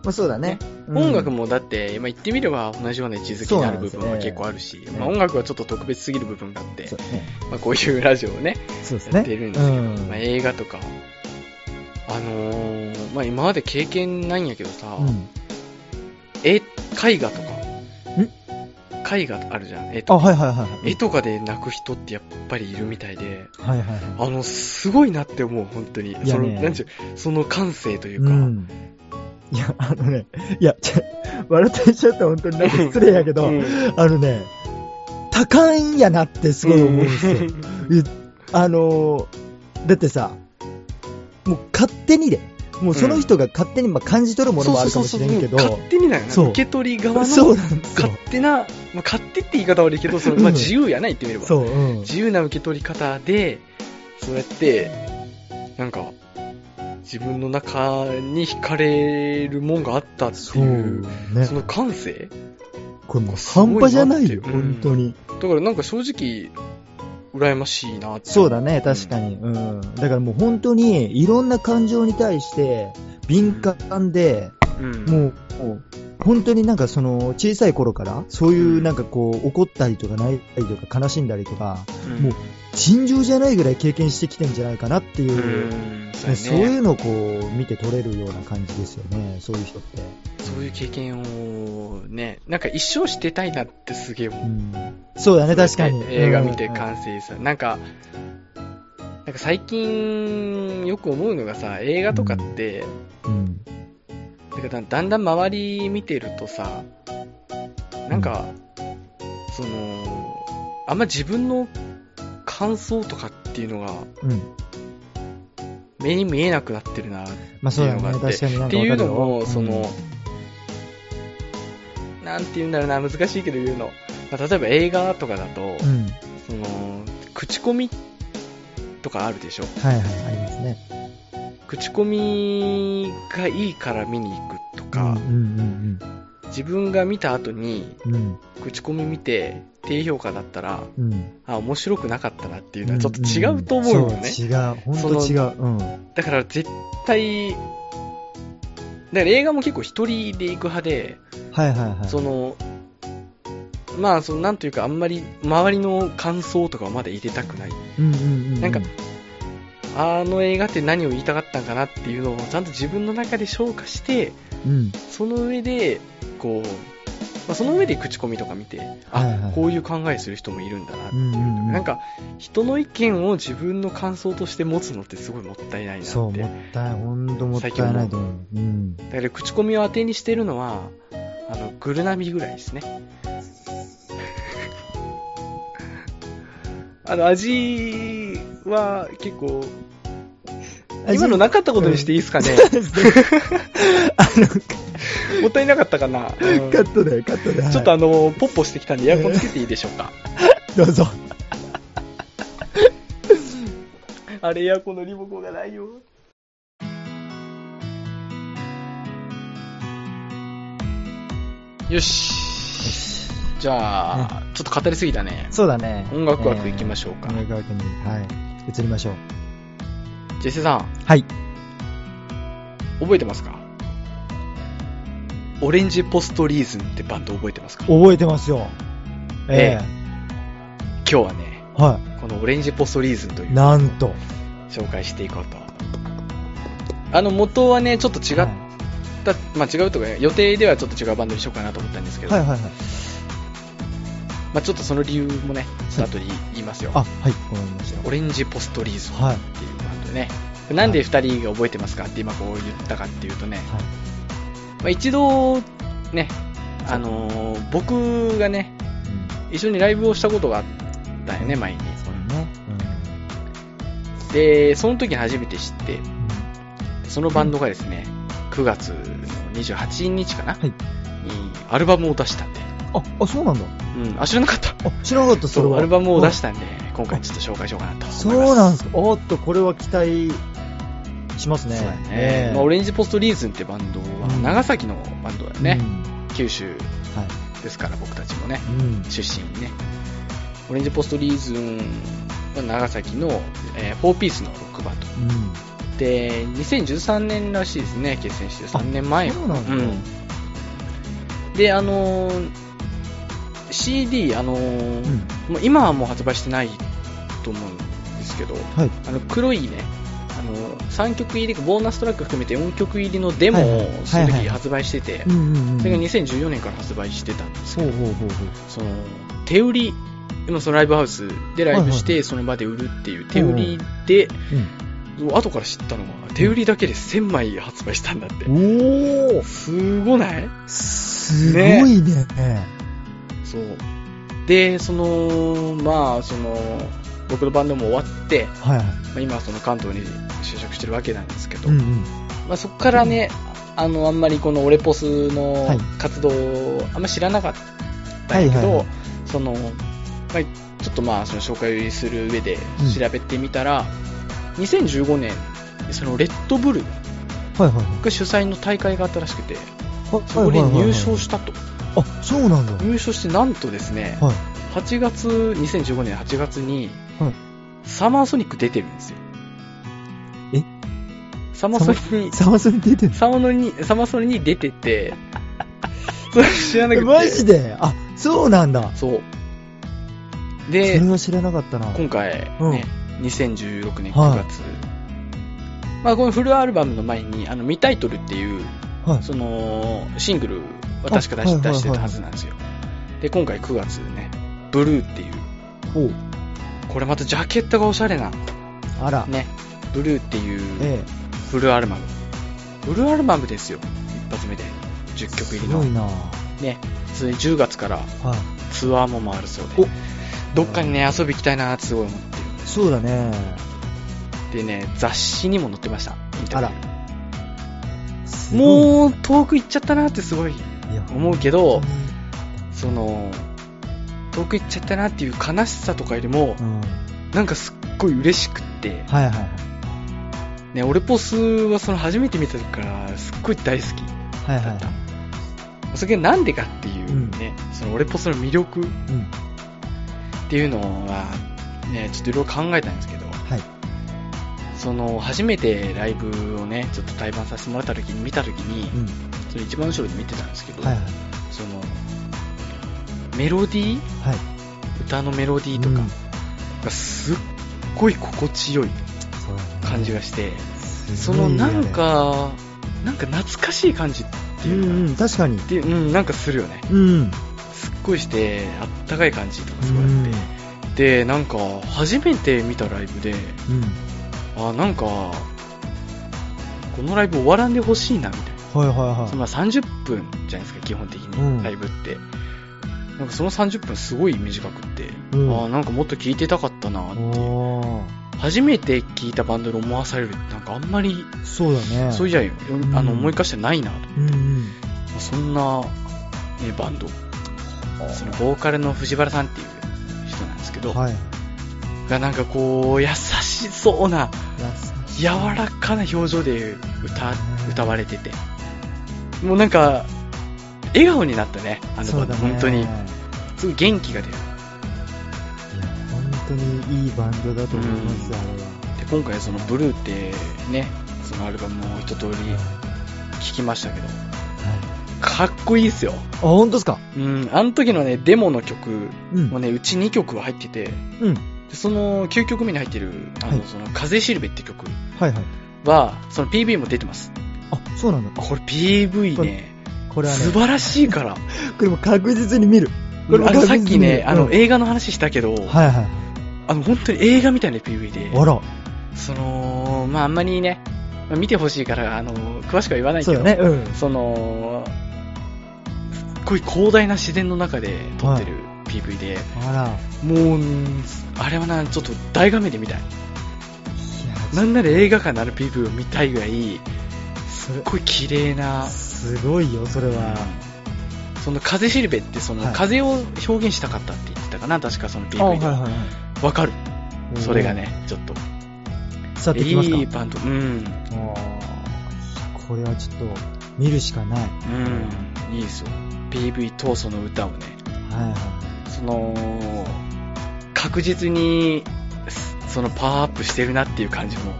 [SPEAKER 2] まあそうだね。うん
[SPEAKER 1] 音楽もだって、まあ、言ってみれば同じような位置づけになる部分は結構あるし、
[SPEAKER 2] よね
[SPEAKER 1] まあ、音楽はちょっと特別すぎる部分があって
[SPEAKER 2] そ、うだね。
[SPEAKER 1] まあ、こういうラジオをね、
[SPEAKER 2] そうですね。
[SPEAKER 1] やってるんですけど、
[SPEAKER 2] うん
[SPEAKER 1] まあ、映画とか、あのーまあ、今まで経験ないんやけどさ、
[SPEAKER 2] うん
[SPEAKER 1] 絵、絵画とか、絵画あるじゃん。絵
[SPEAKER 2] あ、
[SPEAKER 1] とか
[SPEAKER 2] はいはいはいはい。
[SPEAKER 1] 絵とかで泣く人ってやっぱりいるみたいで、
[SPEAKER 2] はいはいはい。
[SPEAKER 1] あの、すごいなって思う、本当に。
[SPEAKER 2] ね
[SPEAKER 1] その、なんちゅう、その感性という
[SPEAKER 2] う
[SPEAKER 1] か、
[SPEAKER 2] ん。いや、あのね、いや、ちょ笑ってしちゃった本当になんか失礼やけど、
[SPEAKER 1] うん
[SPEAKER 2] あのね、多感やなってすごい思うんですよ。えあのーだってさ、もう勝手にで、もうその人が勝手にまあ感じ取るものもあるかもしれんけど、
[SPEAKER 1] そうそうそうそう勝手になんやな
[SPEAKER 2] そう
[SPEAKER 1] 受け取り側の
[SPEAKER 2] そうなんですよ
[SPEAKER 1] 勝。手な、まあ、勝手って言い方悪いけど、そのまあ、
[SPEAKER 2] うん
[SPEAKER 1] 自由やな、言ってみれば。
[SPEAKER 2] そう、うん。
[SPEAKER 1] 自由な受け取り方で、そうやって、なんか、自分の中に惹かれるもんがあったって
[SPEAKER 2] そう
[SPEAKER 1] いう、
[SPEAKER 2] ね
[SPEAKER 1] そ。の感性
[SPEAKER 2] これもう半端じゃないよ、
[SPEAKER 1] すごいなっていう
[SPEAKER 2] 本当に。
[SPEAKER 1] だからなんか正直、羨ましいなって。
[SPEAKER 2] そうだね、確かに。うん。だからもう本当に、いろんな感情に対して、敏感で、
[SPEAKER 1] うん。
[SPEAKER 2] もう、本当になんかその、小さい頃から、そういうなんかこう、怒ったりとか泣いたりとか悲しんだりとか、
[SPEAKER 1] うん、
[SPEAKER 2] もう尋常じゃないぐらい経験してきてんじゃないかなっていうう、
[SPEAKER 1] ん、そう
[SPEAKER 2] ね
[SPEAKER 1] や
[SPEAKER 2] そうい
[SPEAKER 1] ね。
[SPEAKER 2] うのをこう、見て取れるような感じですよね、そういう人って。
[SPEAKER 1] そういう経験をね、なんか一生してたいなってすげえ思う
[SPEAKER 2] う。ん、そうだね、確かに。
[SPEAKER 1] 映画見て
[SPEAKER 2] うん
[SPEAKER 1] 完成さ、なんか、なんか最近よく思うのがさ、映画とかって、
[SPEAKER 2] うん。
[SPEAKER 1] なんかだだんだん周り見てるとさ、なんか、その、あんま自分の感想とかっていうのが
[SPEAKER 2] うん。
[SPEAKER 1] 目に見えなくなってるな、っ
[SPEAKER 2] まあそうだね、
[SPEAKER 1] っていうのがあって
[SPEAKER 2] 確かになん
[SPEAKER 1] て
[SPEAKER 2] かわかるよ
[SPEAKER 1] いうのも、その、、なんて言うんだろうな、難しいけど言うの。まあ、例えば映画とかだと、
[SPEAKER 2] うん。
[SPEAKER 1] その、口コミとかあるでしょ。
[SPEAKER 2] はいはい、ありますね。
[SPEAKER 1] 口コミがいいから見に行くとか、
[SPEAKER 2] うん
[SPEAKER 1] 自分が見た後に
[SPEAKER 2] うんうん。うん。
[SPEAKER 1] 口コミ見て低評価だったら、
[SPEAKER 2] うん。
[SPEAKER 1] あ、面白くなかったなっていうのはちょっと違うと思うよね。
[SPEAKER 2] そう、違う。ほんと違う。うん。
[SPEAKER 1] だから絶対、だから映画も結構一人で行く派で、
[SPEAKER 2] はいはいはい。
[SPEAKER 1] その、まあ、その、なんというか、あんまり、周りの感想とかはまだ入れたくない。
[SPEAKER 2] うんうんうんうん。
[SPEAKER 1] なんかあの映画って何を言いたかったんかなっていうのを、ちゃんと自分の中で消化して、
[SPEAKER 2] うん。
[SPEAKER 1] その上で、こう、まあ、その上で口コミとか見て、あ、
[SPEAKER 2] はいはい
[SPEAKER 1] こういう考えする人もいるんだな。
[SPEAKER 2] うんうんうん。
[SPEAKER 1] なんか、人の意見を自分の感想として持つのってすごいもったいないなって。
[SPEAKER 2] そう、もったい、ほんともったいないと思う。うん。
[SPEAKER 1] だから口コミを当てにしてるのは、あの、グルナビぐらいですね。 あの、味は結構、今のなかったことにしていいですかね、もったいなかったかな、うん
[SPEAKER 2] カットだよ、カットだよ。
[SPEAKER 1] ちょっとあの、ポッポしてきたんでエアコンつけていいでしょうか。
[SPEAKER 2] どうぞ。
[SPEAKER 1] あれエアコンのリモコンがないよ。よし。じゃあ、ちょっと語りすぎたね。
[SPEAKER 2] そうだね。
[SPEAKER 1] 音楽枠行きましょうか
[SPEAKER 2] えー音楽枠に、はい。移りましょう。
[SPEAKER 1] ジェセさん、
[SPEAKER 2] はい。
[SPEAKER 1] 覚えてますかオレンジポストリーズンってバンド覚えてますか今
[SPEAKER 2] 覚えてますよ。え
[SPEAKER 1] 日はね
[SPEAKER 2] え、は
[SPEAKER 1] このオレンジポストリーズンとい
[SPEAKER 2] い。
[SPEAKER 1] う
[SPEAKER 2] なんと。
[SPEAKER 1] 紹介していこうと。あの、元はね、ちょっと違っ
[SPEAKER 2] はい
[SPEAKER 1] た、まあ違うとか、予定ではちょっと違うバンドにしようかなと思ったんですけど、
[SPEAKER 2] はいはいはい。
[SPEAKER 1] まあちょっとその理由もね、ちょっと後に言いますよ。
[SPEAKER 2] あ、はい、わかりました。
[SPEAKER 1] オレンジポストリーズン
[SPEAKER 2] はい。
[SPEAKER 1] っていうバンドね。なんで2人が覚えてますかって今こう言ったかっていうとね、
[SPEAKER 2] はい。
[SPEAKER 1] まあ、一度、ね、あのー僕がね、
[SPEAKER 2] うん。
[SPEAKER 1] 一緒にライブをしたことがあったよね、前に。
[SPEAKER 2] そうね。
[SPEAKER 1] で、その時に初めて知って、
[SPEAKER 2] うん。
[SPEAKER 1] そのバンドがですね、9月の28日かな、
[SPEAKER 2] はい
[SPEAKER 1] にアルバムを出したんで、
[SPEAKER 2] あ、あ、そうなんだ。
[SPEAKER 1] うん、あ、知らなかった。
[SPEAKER 2] あ、知らなかった、それ
[SPEAKER 1] そう、
[SPEAKER 2] は。
[SPEAKER 1] アルバムを出
[SPEAKER 2] た
[SPEAKER 1] したんで、今回ちょっと紹介しようかなと思います。
[SPEAKER 2] そうなんですか。おーっと、これは期待しますね。
[SPEAKER 1] そうだね
[SPEAKER 2] ええ
[SPEAKER 1] まあ、オレンジポストリーズンってバンドは
[SPEAKER 2] うん
[SPEAKER 1] 長崎のバンドだよね、
[SPEAKER 2] うん
[SPEAKER 1] 九州
[SPEAKER 2] はい。
[SPEAKER 1] ですから僕たちもね
[SPEAKER 2] うん。
[SPEAKER 1] 出身ねオレンジポストリーズンは長崎の、えー4ピースのロックバンド
[SPEAKER 2] うん。
[SPEAKER 1] で2013年らしいですね結成して3年前
[SPEAKER 2] そうなんだ。
[SPEAKER 1] うんであのー CD あのー
[SPEAKER 2] うん
[SPEAKER 1] もう今はもう発売してないと思うんですけど
[SPEAKER 2] はい。
[SPEAKER 1] あの黒いねあの3曲入りボーナストラック含めて4曲入りのデ
[SPEAKER 2] はいは
[SPEAKER 1] モ
[SPEAKER 2] い
[SPEAKER 1] をその
[SPEAKER 2] はいはい
[SPEAKER 1] 時発売してて
[SPEAKER 2] うんうんうん。
[SPEAKER 1] それが2014年から発売してたんです
[SPEAKER 2] ほうほうほうほう。
[SPEAKER 1] その手売り今そのライブハウスでライブし
[SPEAKER 2] はい
[SPEAKER 1] てその場で売るっていう手売りで、
[SPEAKER 2] う
[SPEAKER 1] 後から知ったのは手売りだけで1000枚発売したんだって、
[SPEAKER 2] ん。おー
[SPEAKER 1] すごない
[SPEAKER 2] すごいね。
[SPEAKER 1] そうでそのまあその僕のバンドも終わって、
[SPEAKER 2] はいは
[SPEAKER 1] まあ、今その関東に就職してるわけなんですけ
[SPEAKER 2] い。
[SPEAKER 1] ど、
[SPEAKER 2] うんうん。
[SPEAKER 1] まあ、そこからね、あの、あんまりこのオレポスの
[SPEAKER 2] はい
[SPEAKER 1] 活動をあんま知らなかったんやけ
[SPEAKER 2] はいはい
[SPEAKER 1] ど
[SPEAKER 2] はい、
[SPEAKER 1] その、まあ、ちょっとまあ、その紹介する上で
[SPEAKER 2] うん
[SPEAKER 1] 調べてみたら、2015年、そのレッドブル
[SPEAKER 2] はいはいはい。
[SPEAKER 1] が主催の大会があったらしくて、
[SPEAKER 2] は
[SPEAKER 1] そこで入賞
[SPEAKER 2] し
[SPEAKER 1] したと。
[SPEAKER 2] あ、そうなんだ。
[SPEAKER 1] 入賞してなんとですね、
[SPEAKER 2] はい。
[SPEAKER 1] 8月、2015年8月に
[SPEAKER 2] はい、
[SPEAKER 1] サマーソニック出てるんですよ。
[SPEAKER 2] え
[SPEAKER 1] サマソニック
[SPEAKER 2] サマソニ出てる
[SPEAKER 1] サマソニに、サマソニに出てて、 それ知らなくて。
[SPEAKER 2] マジであ、そうなんだ。
[SPEAKER 1] そう。
[SPEAKER 2] そ
[SPEAKER 1] で
[SPEAKER 2] れ、は知らなかったな。
[SPEAKER 1] 今回、ね、2016年
[SPEAKER 2] はい
[SPEAKER 1] 9月、まあこのフルアルバムの前に、あの、未タイトルっていう、
[SPEAKER 2] はい。
[SPEAKER 1] その、シングルは確か出し
[SPEAKER 2] あはいはいはい
[SPEAKER 1] 出してたはずなんですよ。で、今回9月ね、ブルーっていう、
[SPEAKER 2] ほう。
[SPEAKER 1] これまたジャケットがおしゃれな、
[SPEAKER 2] あら。
[SPEAKER 1] ね、ブルーっていう
[SPEAKER 2] え
[SPEAKER 1] フルアルバム。フルアルバムですよ、一発目で。10
[SPEAKER 2] え。
[SPEAKER 1] 曲入り
[SPEAKER 2] す
[SPEAKER 1] の
[SPEAKER 2] ごい。な
[SPEAKER 1] ね、それで10月から
[SPEAKER 2] はい。
[SPEAKER 1] ツアーも回るそうで、どっかにね、遊び行きたいなってすごい思って
[SPEAKER 2] そうだね。
[SPEAKER 1] る。でね、雑誌にも載ってました、インタビュー。
[SPEAKER 2] すごい
[SPEAKER 1] もう、遠く行っちゃったなってすごい
[SPEAKER 2] いや
[SPEAKER 1] 思うけど、
[SPEAKER 2] 本
[SPEAKER 1] その、遠く行っちゃったなっていう悲しさとかよりも、
[SPEAKER 2] うん。はい
[SPEAKER 1] なんかすっごい嬉しくって、
[SPEAKER 2] はいはい。
[SPEAKER 1] ね、俺ポスはその初めて見た時からすっごい大好
[SPEAKER 2] はいはいはい。
[SPEAKER 1] き。それがなんでかっていうね、その俺ポスの魅力っ
[SPEAKER 2] うん。
[SPEAKER 1] ていうのは、ね、ちょっといろいろ考えたんですけど、
[SPEAKER 2] はい。
[SPEAKER 1] その初めてライブをね、ちょっと対バンさせてもらった時に見た時に、
[SPEAKER 2] うん。
[SPEAKER 1] それ一番後ろで見てたんですけど、
[SPEAKER 2] はいはい。
[SPEAKER 1] そのメロディー
[SPEAKER 2] はい。
[SPEAKER 1] 歌のメロディーとかがすっごい心地よい
[SPEAKER 2] そうだね
[SPEAKER 1] 感じがして、
[SPEAKER 2] すごい
[SPEAKER 1] そのなんか、なんか懐かしい感じって
[SPEAKER 2] う
[SPEAKER 1] い
[SPEAKER 2] ん
[SPEAKER 1] うか、
[SPEAKER 2] うん、確かに。
[SPEAKER 1] でうん、なんかするよね。
[SPEAKER 2] うん。
[SPEAKER 1] すっごいして、あったかい感じとかすごいあって。で、なんか、初めて見たライブで、
[SPEAKER 2] うん。
[SPEAKER 1] あ、なんか、このライブ終わらんでほしいな、みたいな。
[SPEAKER 2] はいはいは
[SPEAKER 1] まあ30分じゃないですか、基本的
[SPEAKER 2] うん
[SPEAKER 1] に、ライブって。なんかその30分すごい短くって、
[SPEAKER 2] うん。
[SPEAKER 1] あーなんかもっと聴いてたかったないっていう。
[SPEAKER 2] おー
[SPEAKER 1] 初めて聴いたバンドに思わされるって、なんかあんまり、
[SPEAKER 2] そうだね。
[SPEAKER 1] そうい
[SPEAKER 2] じ
[SPEAKER 1] や、あの
[SPEAKER 2] うん
[SPEAKER 1] 思い返してないなと。ま
[SPEAKER 2] うんうん。
[SPEAKER 1] あそんな、ね、バンド。そのボーカルの藤原さんっていう人なんですけど、
[SPEAKER 2] はい。
[SPEAKER 1] がなんかこう、優しそうな、
[SPEAKER 2] 優しい
[SPEAKER 1] 柔らかな表情で歌、歌われてて。もうなんか、笑顔になったね、あの
[SPEAKER 2] そ
[SPEAKER 1] バ
[SPEAKER 2] う
[SPEAKER 1] ンド、
[SPEAKER 2] だね
[SPEAKER 1] 本当
[SPEAKER 2] い
[SPEAKER 1] に
[SPEAKER 2] や。
[SPEAKER 1] すごい元気が出る。
[SPEAKER 2] 本当にいいバンドだと思います、あれ
[SPEAKER 1] で、今回そのブルーってね、そのアルバムを一通り
[SPEAKER 2] は。
[SPEAKER 1] 聴きましたけど、
[SPEAKER 2] はい
[SPEAKER 1] かっこいいですよ。
[SPEAKER 2] あ、本当ですか
[SPEAKER 1] うん、あの時のね、デモの曲
[SPEAKER 2] うん。
[SPEAKER 1] もね、うち2曲は入ってて、
[SPEAKER 2] うん。
[SPEAKER 1] でその9曲目に入ってる、あの、
[SPEAKER 2] はい
[SPEAKER 1] その、風しるべって曲
[SPEAKER 2] はいはい。
[SPEAKER 1] は、その PV も出てます。
[SPEAKER 2] あ、そうなんだ。
[SPEAKER 1] これ PV ね、
[SPEAKER 2] これはね、
[SPEAKER 1] 素晴らしいから。
[SPEAKER 2] これも確実に見る。これも
[SPEAKER 1] あの、さ
[SPEAKER 2] 確実
[SPEAKER 1] っ
[SPEAKER 2] に
[SPEAKER 1] き
[SPEAKER 2] 見る
[SPEAKER 1] ね、あの、
[SPEAKER 2] うん
[SPEAKER 1] 映画の話したけど、
[SPEAKER 2] はいはい。
[SPEAKER 1] あの、本当に映画みたいな PV で、
[SPEAKER 2] あら、
[SPEAKER 1] その、まあ、あんまりね、まあ見てほしいから、あの、詳しくは言わないけ
[SPEAKER 2] そう
[SPEAKER 1] ど、
[SPEAKER 2] だね、うん。
[SPEAKER 1] その、すっごい広大な自然の中で撮ってる PV で、
[SPEAKER 2] あら、い
[SPEAKER 1] もう、うんあれはな、ちょっと大画面で見たい。
[SPEAKER 2] や
[SPEAKER 1] なんなら映画館のある PV を見たいぐらい、
[SPEAKER 2] そ
[SPEAKER 1] す
[SPEAKER 2] れ
[SPEAKER 1] っごい綺麗な、
[SPEAKER 2] すごいよ、それは。
[SPEAKER 1] その風しるべって、その
[SPEAKER 2] はい
[SPEAKER 1] 風を表現したかったって言ってたかな、確かその PV で。
[SPEAKER 2] あ
[SPEAKER 1] わ、
[SPEAKER 2] はいはいは
[SPEAKER 1] かる。
[SPEAKER 2] い。
[SPEAKER 1] それがね、ちょっと。
[SPEAKER 2] うん。伝わってきますか
[SPEAKER 1] いいバンド。うん。
[SPEAKER 2] あーこれはちょっと、見るしかない。はい
[SPEAKER 1] うん。いいですよ。PV とその歌をね、
[SPEAKER 2] は
[SPEAKER 1] その、確実に、そのパワーアップしてるなっていう感じも、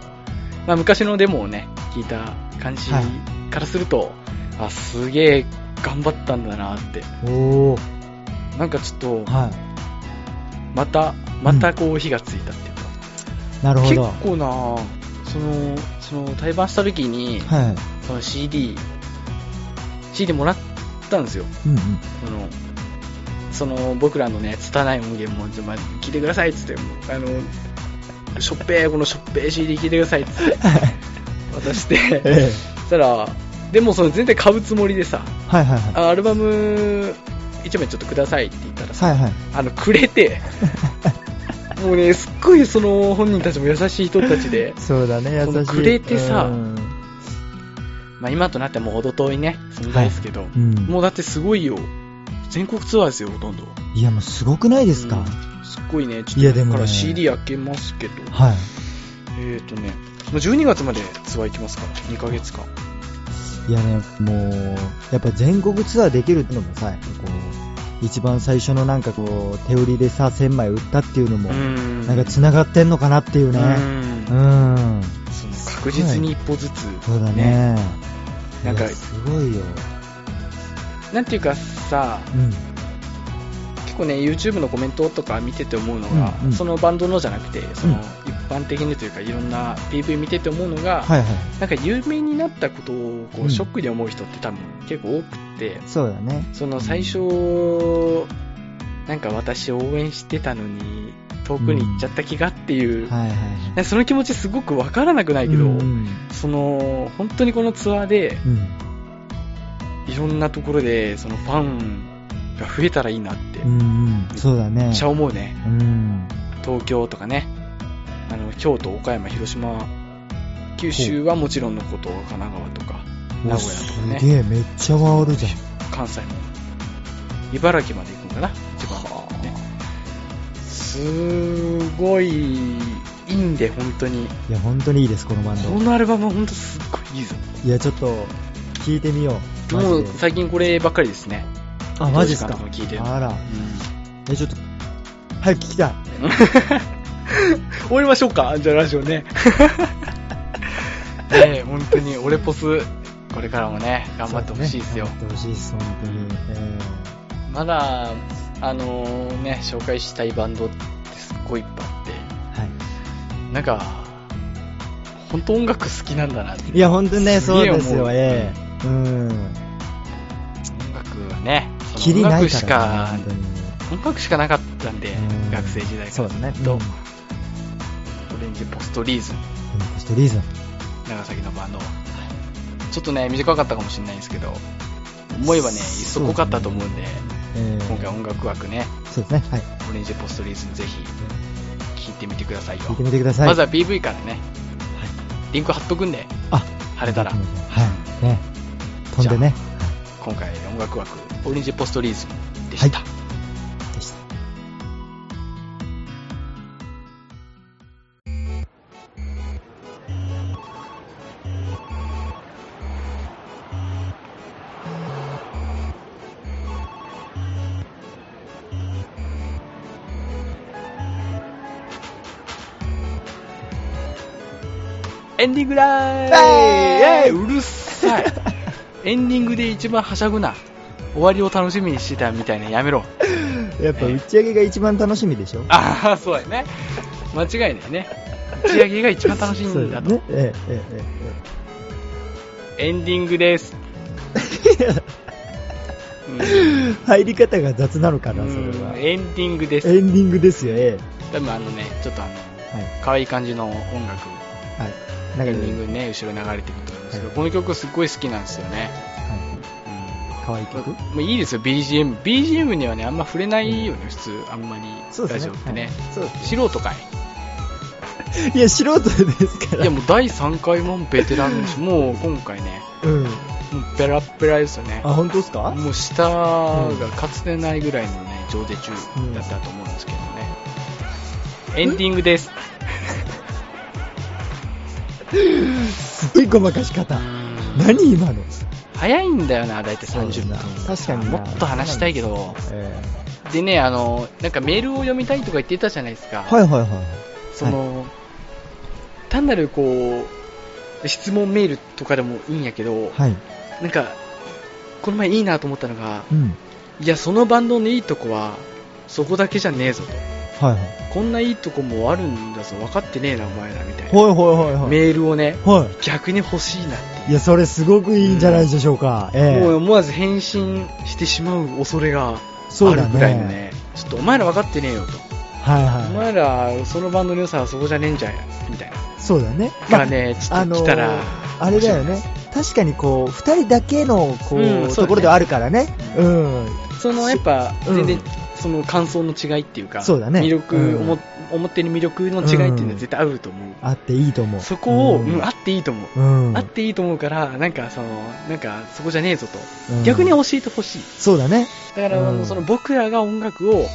[SPEAKER 1] まあ昔のデモをね、聞いた感じ
[SPEAKER 2] はい
[SPEAKER 1] からすると、あ、すげえ頑張ったんだなって。
[SPEAKER 2] い。おー、
[SPEAKER 1] なんかちょっと、
[SPEAKER 2] は
[SPEAKER 1] また、またこう火がついたっていうか。
[SPEAKER 2] い。なるほ
[SPEAKER 1] 結
[SPEAKER 2] ど。は
[SPEAKER 1] 構なそのその対バンした時に、
[SPEAKER 2] いはい。
[SPEAKER 1] その CD CD もらったんですよ
[SPEAKER 2] うんうん。
[SPEAKER 1] そのその僕らのね拙い音源もちょまあ聞いてくださいっつってあのしょっぺーこのしょっぺー CD 聞いてくださいっつって渡して
[SPEAKER 2] ええ
[SPEAKER 1] そしたらでもその全然買うつもりでさ
[SPEAKER 2] はいはいはい。
[SPEAKER 1] あアルバム一枚ちょっとくださいって言ったらさ
[SPEAKER 2] はいはい。
[SPEAKER 1] あのくれ てもうねすっごいその本人たちも優しい人たちで
[SPEAKER 2] そうだね、優
[SPEAKER 1] その
[SPEAKER 2] しい。
[SPEAKER 1] くれてさ
[SPEAKER 2] うん
[SPEAKER 1] まあ、今となってはもう程遠いね、存在ですけど、
[SPEAKER 2] うん。
[SPEAKER 1] もうだってすごいよ、全国ツアーですよ、ほとんど。
[SPEAKER 2] いや、もうすごくないですか、
[SPEAKER 1] うんすっごいね、ち
[SPEAKER 2] い
[SPEAKER 1] ょ
[SPEAKER 2] や
[SPEAKER 1] っと
[SPEAKER 2] で
[SPEAKER 1] だ
[SPEAKER 2] もね
[SPEAKER 1] から CD 開けますけど、
[SPEAKER 2] はい。
[SPEAKER 1] えーとね、もう12月までツアー行きますから、2ヶ月間。
[SPEAKER 2] いやね、もう、やっぱ全国ツアーできるってのもさ、やっぱこう、一番最初のなんかこう、手売りでさ、1000枚売ったっていうのも、
[SPEAKER 1] ん
[SPEAKER 2] なんか繋がってんのかなっていうね。
[SPEAKER 1] うん
[SPEAKER 2] うん。
[SPEAKER 1] その確実に一歩ずつ、
[SPEAKER 2] そうだね。
[SPEAKER 1] なんか
[SPEAKER 2] いやすごいよ。
[SPEAKER 1] なんていうかさ、
[SPEAKER 2] うん。
[SPEAKER 1] 結構ね、YouTube のコメントとか見てて思うのが、
[SPEAKER 2] うんうん
[SPEAKER 1] そのバンドのじゃなくて、その
[SPEAKER 2] うん
[SPEAKER 1] 一般的にというか、いろんな PV 見てて思うのが、
[SPEAKER 2] はいはい。
[SPEAKER 1] なんか有名になったことをこ
[SPEAKER 2] うん
[SPEAKER 1] うショックに思う人って多分結構多くって、
[SPEAKER 2] そうだね。
[SPEAKER 1] その最初、なんか私応援してたのに、遠くに行っちゃった気がっていう、
[SPEAKER 2] はいはいはい。
[SPEAKER 1] その気持ちすごくわからなくないけど、
[SPEAKER 2] うん。
[SPEAKER 1] その、本当にこのツアーで、
[SPEAKER 2] うん。
[SPEAKER 1] いろんなところで、そのファンが増えたらいいなって、
[SPEAKER 2] う
[SPEAKER 1] め
[SPEAKER 2] んうん。そうだね。
[SPEAKER 1] っちゃ思うね。
[SPEAKER 2] うん。
[SPEAKER 1] 東京とかね、あの、京都、岡山、広島、九州はもちろんのこと、神奈川とか、名古屋とか
[SPEAKER 2] おすげ
[SPEAKER 1] ね、
[SPEAKER 2] え、めっちゃ回るじゃん。
[SPEAKER 1] 関西も。茨城まで行くんかな一番ねすごいいいんで本当に
[SPEAKER 2] いや、本当にいいです、このバン
[SPEAKER 1] こ
[SPEAKER 2] ド。
[SPEAKER 1] のアルバムは本当すっごいいいぞ
[SPEAKER 2] いや、ちょっと、聞いてみよう。マ
[SPEAKER 1] も
[SPEAKER 2] ジ
[SPEAKER 1] う
[SPEAKER 2] で。
[SPEAKER 1] 最近こればっかりですね
[SPEAKER 2] あ、マジっすか
[SPEAKER 1] どうですか聞いて。る
[SPEAKER 2] あら。え、ちょっと、早く聞きたい。
[SPEAKER 1] 終わりましょうかじゃあラジオね ねえ本当に俺ポスこれからもね頑張ってほしいですよ、
[SPEAKER 2] そうね頑張ってほしいです、本当に。え
[SPEAKER 1] まだあのーね紹介したいバンドってすっごいいっぱいあ
[SPEAKER 2] ーは
[SPEAKER 1] ってなんか本当音楽好きなんだなって
[SPEAKER 2] い。いや、本当にね、
[SPEAKER 1] すげ
[SPEAKER 2] そう
[SPEAKER 1] え思う
[SPEAKER 2] ですよ、ええうん。
[SPEAKER 1] 音楽はねその
[SPEAKER 2] 切り
[SPEAKER 1] 音
[SPEAKER 2] ない
[SPEAKER 1] 楽し
[SPEAKER 2] から、
[SPEAKER 1] か
[SPEAKER 2] ね、本当に。
[SPEAKER 1] 音楽しかなかったんで
[SPEAKER 2] うん
[SPEAKER 1] 学生時代
[SPEAKER 2] そ
[SPEAKER 1] か
[SPEAKER 2] う
[SPEAKER 1] ら
[SPEAKER 2] だね。
[SPEAKER 1] ずっ
[SPEAKER 2] う
[SPEAKER 1] と
[SPEAKER 2] ん
[SPEAKER 1] オレンジポストリーズ
[SPEAKER 2] コストリーズ
[SPEAKER 1] 長崎のバンドちょっとね短かったかもしれないですけど思えばね一層濃かったと思うんで
[SPEAKER 2] えー
[SPEAKER 1] 今回音楽枠ね
[SPEAKER 2] そうですね。はい。
[SPEAKER 1] オレンジポストリーズぜひ聴いてみてくださいよ
[SPEAKER 2] 聞いてみてください。
[SPEAKER 1] まずは PV からねリンク貼っとくんで
[SPEAKER 2] あ、
[SPEAKER 1] 貼れたら
[SPEAKER 2] はい。ね。飛んでね。
[SPEAKER 1] 今回音楽枠オレンジポストリーズでした、
[SPEAKER 2] はでした。
[SPEAKER 1] エンディングだー
[SPEAKER 2] はい
[SPEAKER 1] イエーイうるさ いエンディングで一番はしゃぐな終わりを楽しみにしてたみたいなやめろ
[SPEAKER 2] やっぱ打ち上げが一番楽しみでしょ
[SPEAKER 1] ああそうやね間違いないね打ち上げが一番楽しい
[SPEAKER 2] そうん
[SPEAKER 1] だと、
[SPEAKER 2] ね。ええ、え え、
[SPEAKER 1] エンディングです、
[SPEAKER 2] ええ。
[SPEAKER 1] うん
[SPEAKER 2] 入り方が雑なのかな、それ
[SPEAKER 1] う
[SPEAKER 2] は。
[SPEAKER 1] ん
[SPEAKER 2] エ
[SPEAKER 1] エンディングです
[SPEAKER 2] ンディングですよ、え
[SPEAKER 1] 多分あのねちょっとあの
[SPEAKER 2] え。はい。
[SPEAKER 1] 可愛い感じの音楽
[SPEAKER 2] はい。な
[SPEAKER 1] エ
[SPEAKER 2] ん
[SPEAKER 1] ンデ
[SPEAKER 2] か
[SPEAKER 1] ィン
[SPEAKER 2] ね、
[SPEAKER 1] グね後ろに流れてくると思うんですけど、
[SPEAKER 2] はい
[SPEAKER 1] この曲すっごい好きなんですよね、
[SPEAKER 2] は
[SPEAKER 1] うん
[SPEAKER 2] い。可愛い曲
[SPEAKER 1] まあ、いいですよ BGM BGM にはねあんま触れないよね、普通あんまり
[SPEAKER 2] そうで
[SPEAKER 1] ラ
[SPEAKER 2] す
[SPEAKER 1] ジ
[SPEAKER 2] ね。
[SPEAKER 1] オってね
[SPEAKER 2] はいそうですね
[SPEAKER 1] 素人かい
[SPEAKER 2] いや、素人ですから。
[SPEAKER 1] いやもう第3回もベテランだしもう今回ね
[SPEAKER 2] うん。
[SPEAKER 1] もうペラッペラですよね
[SPEAKER 2] あ、本当ですか
[SPEAKER 1] もう舌がかつてないぐらいのね上手中だったと思うんですけどね、エンディングです
[SPEAKER 2] すっごいごまかし方。何今の
[SPEAKER 1] 早いんだよな大体30分
[SPEAKER 2] 確かに
[SPEAKER 1] も
[SPEAKER 2] な
[SPEAKER 1] っと話したいけど
[SPEAKER 2] え
[SPEAKER 1] でねあのなんかメールを読みたいとか言ってたじゃないですか
[SPEAKER 2] えはいはいはいはい。
[SPEAKER 1] その、単なるこう質問メールとかでもいいんやけど、
[SPEAKER 2] はい。
[SPEAKER 1] なんかこの前いいなと思ったのが
[SPEAKER 2] うん。
[SPEAKER 1] いやそのバンドのいいとこはそこだけじゃねえぞと
[SPEAKER 2] はいはい。
[SPEAKER 1] こんないいとこもあるんだぞ分かってねえなお前らみたいな、
[SPEAKER 2] はいはいはいはい。
[SPEAKER 1] メールをね
[SPEAKER 2] は
[SPEAKER 1] 逆に欲しいなって
[SPEAKER 2] い。いや、それすごくいいんじゃないでしょうか。ええ
[SPEAKER 1] もう思わず返信してしまう恐れがあ
[SPEAKER 2] そうだ
[SPEAKER 1] る
[SPEAKER 2] ね
[SPEAKER 1] ぐらいのねちょっとお前ら分かってねえよと、
[SPEAKER 2] はい
[SPEAKER 1] お
[SPEAKER 2] は。
[SPEAKER 1] 前らそのバンドの良さはそこじゃねえんじゃんやみたいない
[SPEAKER 2] そうだね。
[SPEAKER 1] からね、ちょっと来たら、
[SPEAKER 2] あれだよね。確かにこう、二人だけの、こう、
[SPEAKER 1] うんそうだね
[SPEAKER 2] ところではあるからね。
[SPEAKER 1] う
[SPEAKER 2] うん。
[SPEAKER 1] そのやっぱ、
[SPEAKER 2] うん
[SPEAKER 1] 全然、その感想の違いっていうか、
[SPEAKER 2] そうだね
[SPEAKER 1] 魅力、
[SPEAKER 2] うん
[SPEAKER 1] 思表に魅力の違いっていうのは絶対あると思う。
[SPEAKER 2] あっていいと思う。
[SPEAKER 1] そこを、うん、
[SPEAKER 2] うん
[SPEAKER 1] あっていいと思う。
[SPEAKER 2] うん
[SPEAKER 1] あっていいと思うから、なんかその、なんかそこじゃねえぞと。
[SPEAKER 2] うん
[SPEAKER 1] 逆に教えてほしい。
[SPEAKER 2] そうだね。
[SPEAKER 1] だから、あ
[SPEAKER 2] う
[SPEAKER 1] の
[SPEAKER 2] ん
[SPEAKER 1] その僕らが音楽を、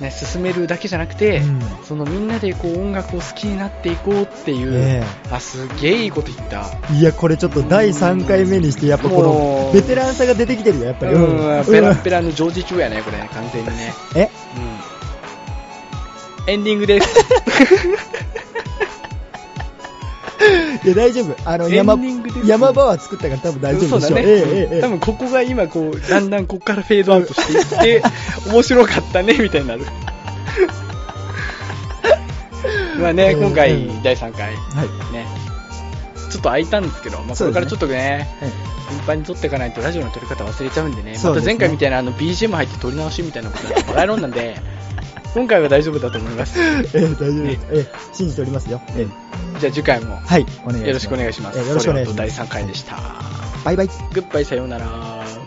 [SPEAKER 1] ね、進めるだけじゃなくて、
[SPEAKER 2] うん
[SPEAKER 1] そのみんなでこう音楽を好きになっていこうっていう、
[SPEAKER 2] え
[SPEAKER 1] あ、すげえいいこと言った。
[SPEAKER 2] えいや、これちょっと第3回目にして、やっぱこ
[SPEAKER 1] も
[SPEAKER 2] の、
[SPEAKER 1] う
[SPEAKER 2] ベテランさが出てきてるよ、やっぱり。
[SPEAKER 1] うん、ペラッペ
[SPEAKER 2] ラ。
[SPEAKER 1] ラの常時中やね、これ、完全に ね。
[SPEAKER 2] え
[SPEAKER 1] うん。エンディングです。
[SPEAKER 2] いや、大丈夫。あの、
[SPEAKER 1] エンデ
[SPEAKER 2] 山、
[SPEAKER 1] ィングです。
[SPEAKER 2] 山場は作ったから多分大丈
[SPEAKER 1] そ
[SPEAKER 2] 夫
[SPEAKER 1] う
[SPEAKER 2] で
[SPEAKER 1] だ
[SPEAKER 2] しょう。
[SPEAKER 1] ね、
[SPEAKER 2] ええええ
[SPEAKER 1] 多分ここが今こうだんだんここからフェードアウトしていって 面白かったねみたいになる まあね
[SPEAKER 2] うん
[SPEAKER 1] 今回
[SPEAKER 2] うん
[SPEAKER 1] 第3回
[SPEAKER 2] はい。
[SPEAKER 1] ねちょっと空いたんですけど、まあ、こ
[SPEAKER 2] そう
[SPEAKER 1] れか
[SPEAKER 2] ですね
[SPEAKER 1] らちょっとね
[SPEAKER 2] え
[SPEAKER 1] 頻繁に撮っていかないとラジオの撮り方忘れちゃうんでね
[SPEAKER 2] そ
[SPEAKER 1] ま
[SPEAKER 2] う
[SPEAKER 1] た
[SPEAKER 2] ですね
[SPEAKER 1] 前回みたいなあの BGM 入って撮り直しみたいなことはバカ野郎なんで 今回は大丈夫だと思います
[SPEAKER 2] えええ大丈夫です。ええ信じておりますよ。ええ
[SPEAKER 1] じゃあ次回も
[SPEAKER 2] はい、お願いします。
[SPEAKER 1] よろしくお願いします。
[SPEAKER 2] ええよろしくお願いし
[SPEAKER 1] ソ
[SPEAKER 2] ま
[SPEAKER 1] リ
[SPEAKER 2] す。
[SPEAKER 1] オット第3回でした。
[SPEAKER 2] バイバイ。
[SPEAKER 1] グッバイさようなら。